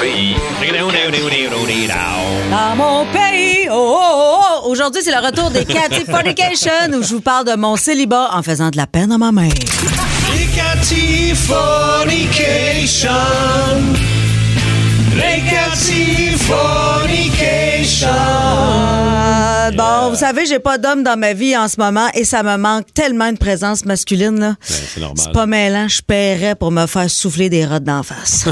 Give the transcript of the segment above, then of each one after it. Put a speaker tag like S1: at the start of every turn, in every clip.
S1: pays.
S2: Dans mon pays, oh, oh, oh, oh. Aujourd'hui, c'est le retour des Cathy Fornication où je vous parle de mon célibat en faisant de la peine à ma mère.
S3: Les Catifornication. Les Catifornication.
S2: Euh, Bon, vous savez, j'ai pas d'homme dans ma vie en ce moment et ça me manque tellement de présence masculine. là.
S4: Ben, c'est normal.
S2: C'est pas mêlant, je paierais pour me faire souffler des rottes d'en face.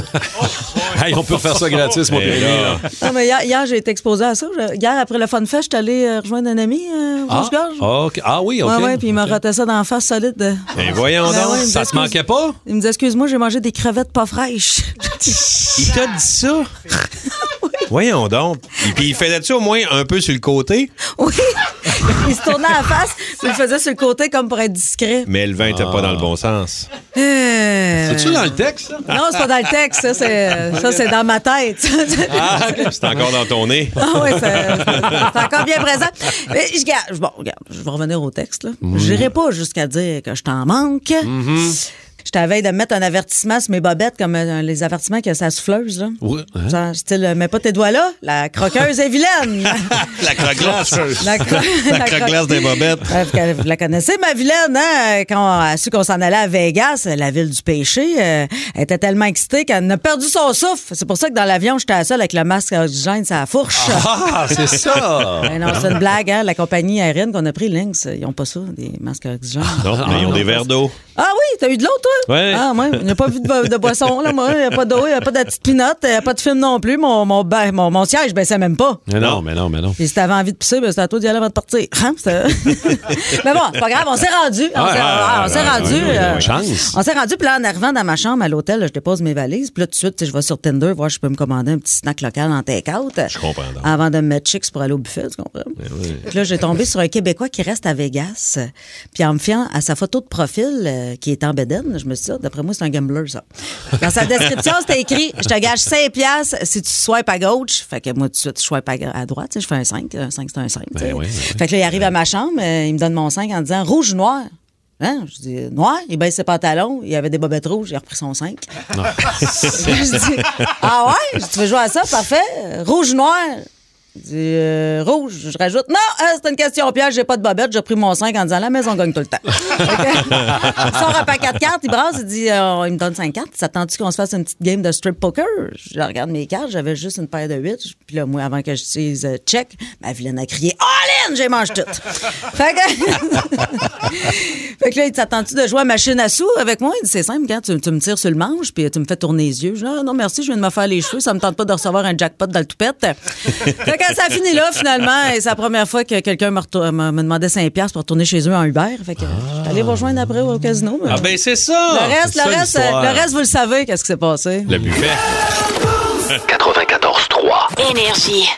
S4: Hey, on peut faire ça gratis, mon Pierre.
S2: non, mais hier, hier, j'ai été exposée à ça. Je- Hier, après le Fun Fest, je suis allée euh, rejoindre un ami euh, au
S4: Ah,
S2: Rouge-Gorge.
S4: ok. Ah oui, ok.
S2: Ouais, ouais, puis il me rotait ça dans la face solide. de-
S4: Et voyons
S2: Ben
S4: donc,
S2: ouais, il me
S4: ça
S2: dit,
S4: te manquait pas?
S2: Il me dit, excuse-moi, j'ai mangé des crevettes pas fraîches.
S1: Il t'a dit
S2: Ah
S1: ça? Voyons donc. Et puis il faisait-tu au moins un peu sur le côté,
S2: Oui. il se tournait à la face, puis il le faisait sur le côté comme pour être discret.
S1: mais le vin était pas dans le
S4: Ah.
S1: bon sens.
S2: Euh,
S4: C'est-tu dans le texte, ça?
S2: Non, c'est pas dans le texte, ça, c'est, ça, c'est dans ma tête.
S1: Ah, C'est encore dans ton nez.
S2: Ah ouais, c'est, c'est encore bien présent. Mais je garde- bon, regarde, je vais revenir au texte. Là. J'irai pas jusqu'à dire que je t'en manque.
S4: Mm-hmm.
S2: Je t'avais de mettre un avertissement sur mes bobettes, comme euh, les avertissements que ça souffleuse. Là.
S4: Oui, hein?
S2: Genre, style, euh, mets pas tes doigts là, la croqueuse est vilaine.
S1: La croque-glace.
S2: La, cro-
S1: La
S2: la cro-
S1: croque-glace des bobettes.
S2: Ouais, vous conna- vous la connaissez, ma vilaine, hein? Quand on a su qu'on s'en allait à Vegas, la ville du péché, euh, elle était tellement excitée qu'elle en a perdu son souffle. C'est pour ça que dans l'avion, j'étais la seule avec le masque à oxygène, ça fourche.
S4: Ah, c'est ça!
S2: Ben non, c'est une blague, hein? La compagnie aérienne qu'on a pris, Lynx, ils n'ont pas ça, des masques à oxygène.
S1: Ah, Non, mais ils ont des verres d'eau.
S2: Ah oui, t'as eu de l'eau, toi?
S1: Ouais.
S2: Ah, moi, il n'y a pas vu de, bo- de boisson, là, moi. Il n'y a pas d'eau, il n'y a pas de petite pinotte, il n'y a pas de film non plus. Mon, mon, ba- mon, mon siège, ben, ça même pas.
S4: Mais non, mais non, mais non.
S2: Puis si t'avais envie de pisser, ben, c'était à toi d'y aller avant de partir. Hein? C'était- Mais bon, c'est pas grave, on s'est rendu. On s'est- ah, on s'est rendu.
S4: ouais, ouais,
S2: euh,
S4: ouais. Chance.
S2: On s'est rendu, puis là, en arrivant dans ma chambre à l'hôtel, là, je dépose mes valises. Puis là, tout de suite, tu sais, je vais sur Tinder, voir si je peux me commander un petit snack local en take-out. Je
S1: comprends donc.
S2: Avant de me mettre chicks pour aller au buffet, tu comprends?
S1: Ben
S2: Puis là, j'ai tombé sur un Québécois qui reste à Vegas. Puis en me fiant à sa photo de profil, euh, qui est en bedaine, je me suis dit, ah, d'après moi, c'est un gambler, ça. Dans sa description, c'était écrit, je te gage 5 piastres si tu swipes à gauche. Fait que moi, tout de suite, je swipe à, à droite, tu sais, je fais un 5. Un 5, c'est un 5. tu sais.
S4: Ben oui, ben oui.
S2: Fait que là, il arrive à ma chambre, euh, il me donne mon 5 en disant rouge ou noir. Hein? Je dis noir, il baisse ses pantalons, il avait des bobettes rouges, il a repris son 5. je dis Ah ouais, Je dis, tu veux jouer à ça, parfait. Rouge ou noir. Il dit euh, rouge, je rajoute non, hein, c'est une question piège, j'ai pas de bobette, j'ai pris mon 5 en disant la maison gagne tout le temps. Fait que, il sort un paquet de cartes, il brasse, il dit euh, il me donne 5 cartes, s'attends-tu qu'on se fasse une petite game de strip poker Je regarde mes cartes, j'avais juste une paire de 8, puis là moi avant que je dise euh, check, ma vilaine a crié all in, j'ai mangé tout. fait que Fait que là, il t'attend-tu de jouer à machine à sous avec moi? Il dit, c'est simple, quand tu, tu me tires sur le manche, puis tu me fais tourner les yeux. Je dis, ah, non, merci, je viens de me faire les cheveux, ça me tente pas de recevoir un jackpot dans le toupette. fait que ça finit là, finalement, et c'est la première fois que quelqu'un me, retou- me- me demandait 5 piastres pour retourner chez eux en Uber. Fait que euh, je suis allée vous rejoindre après au casino. mais-
S1: Ah ben c'est ça!
S2: le reste,
S4: c'est
S2: le
S4: ça,
S2: reste,
S4: l'histoire.
S2: le reste, vous le savez, qu'est-ce qui s'est passé?
S1: Le buffet.
S5: 94.3. Énergie.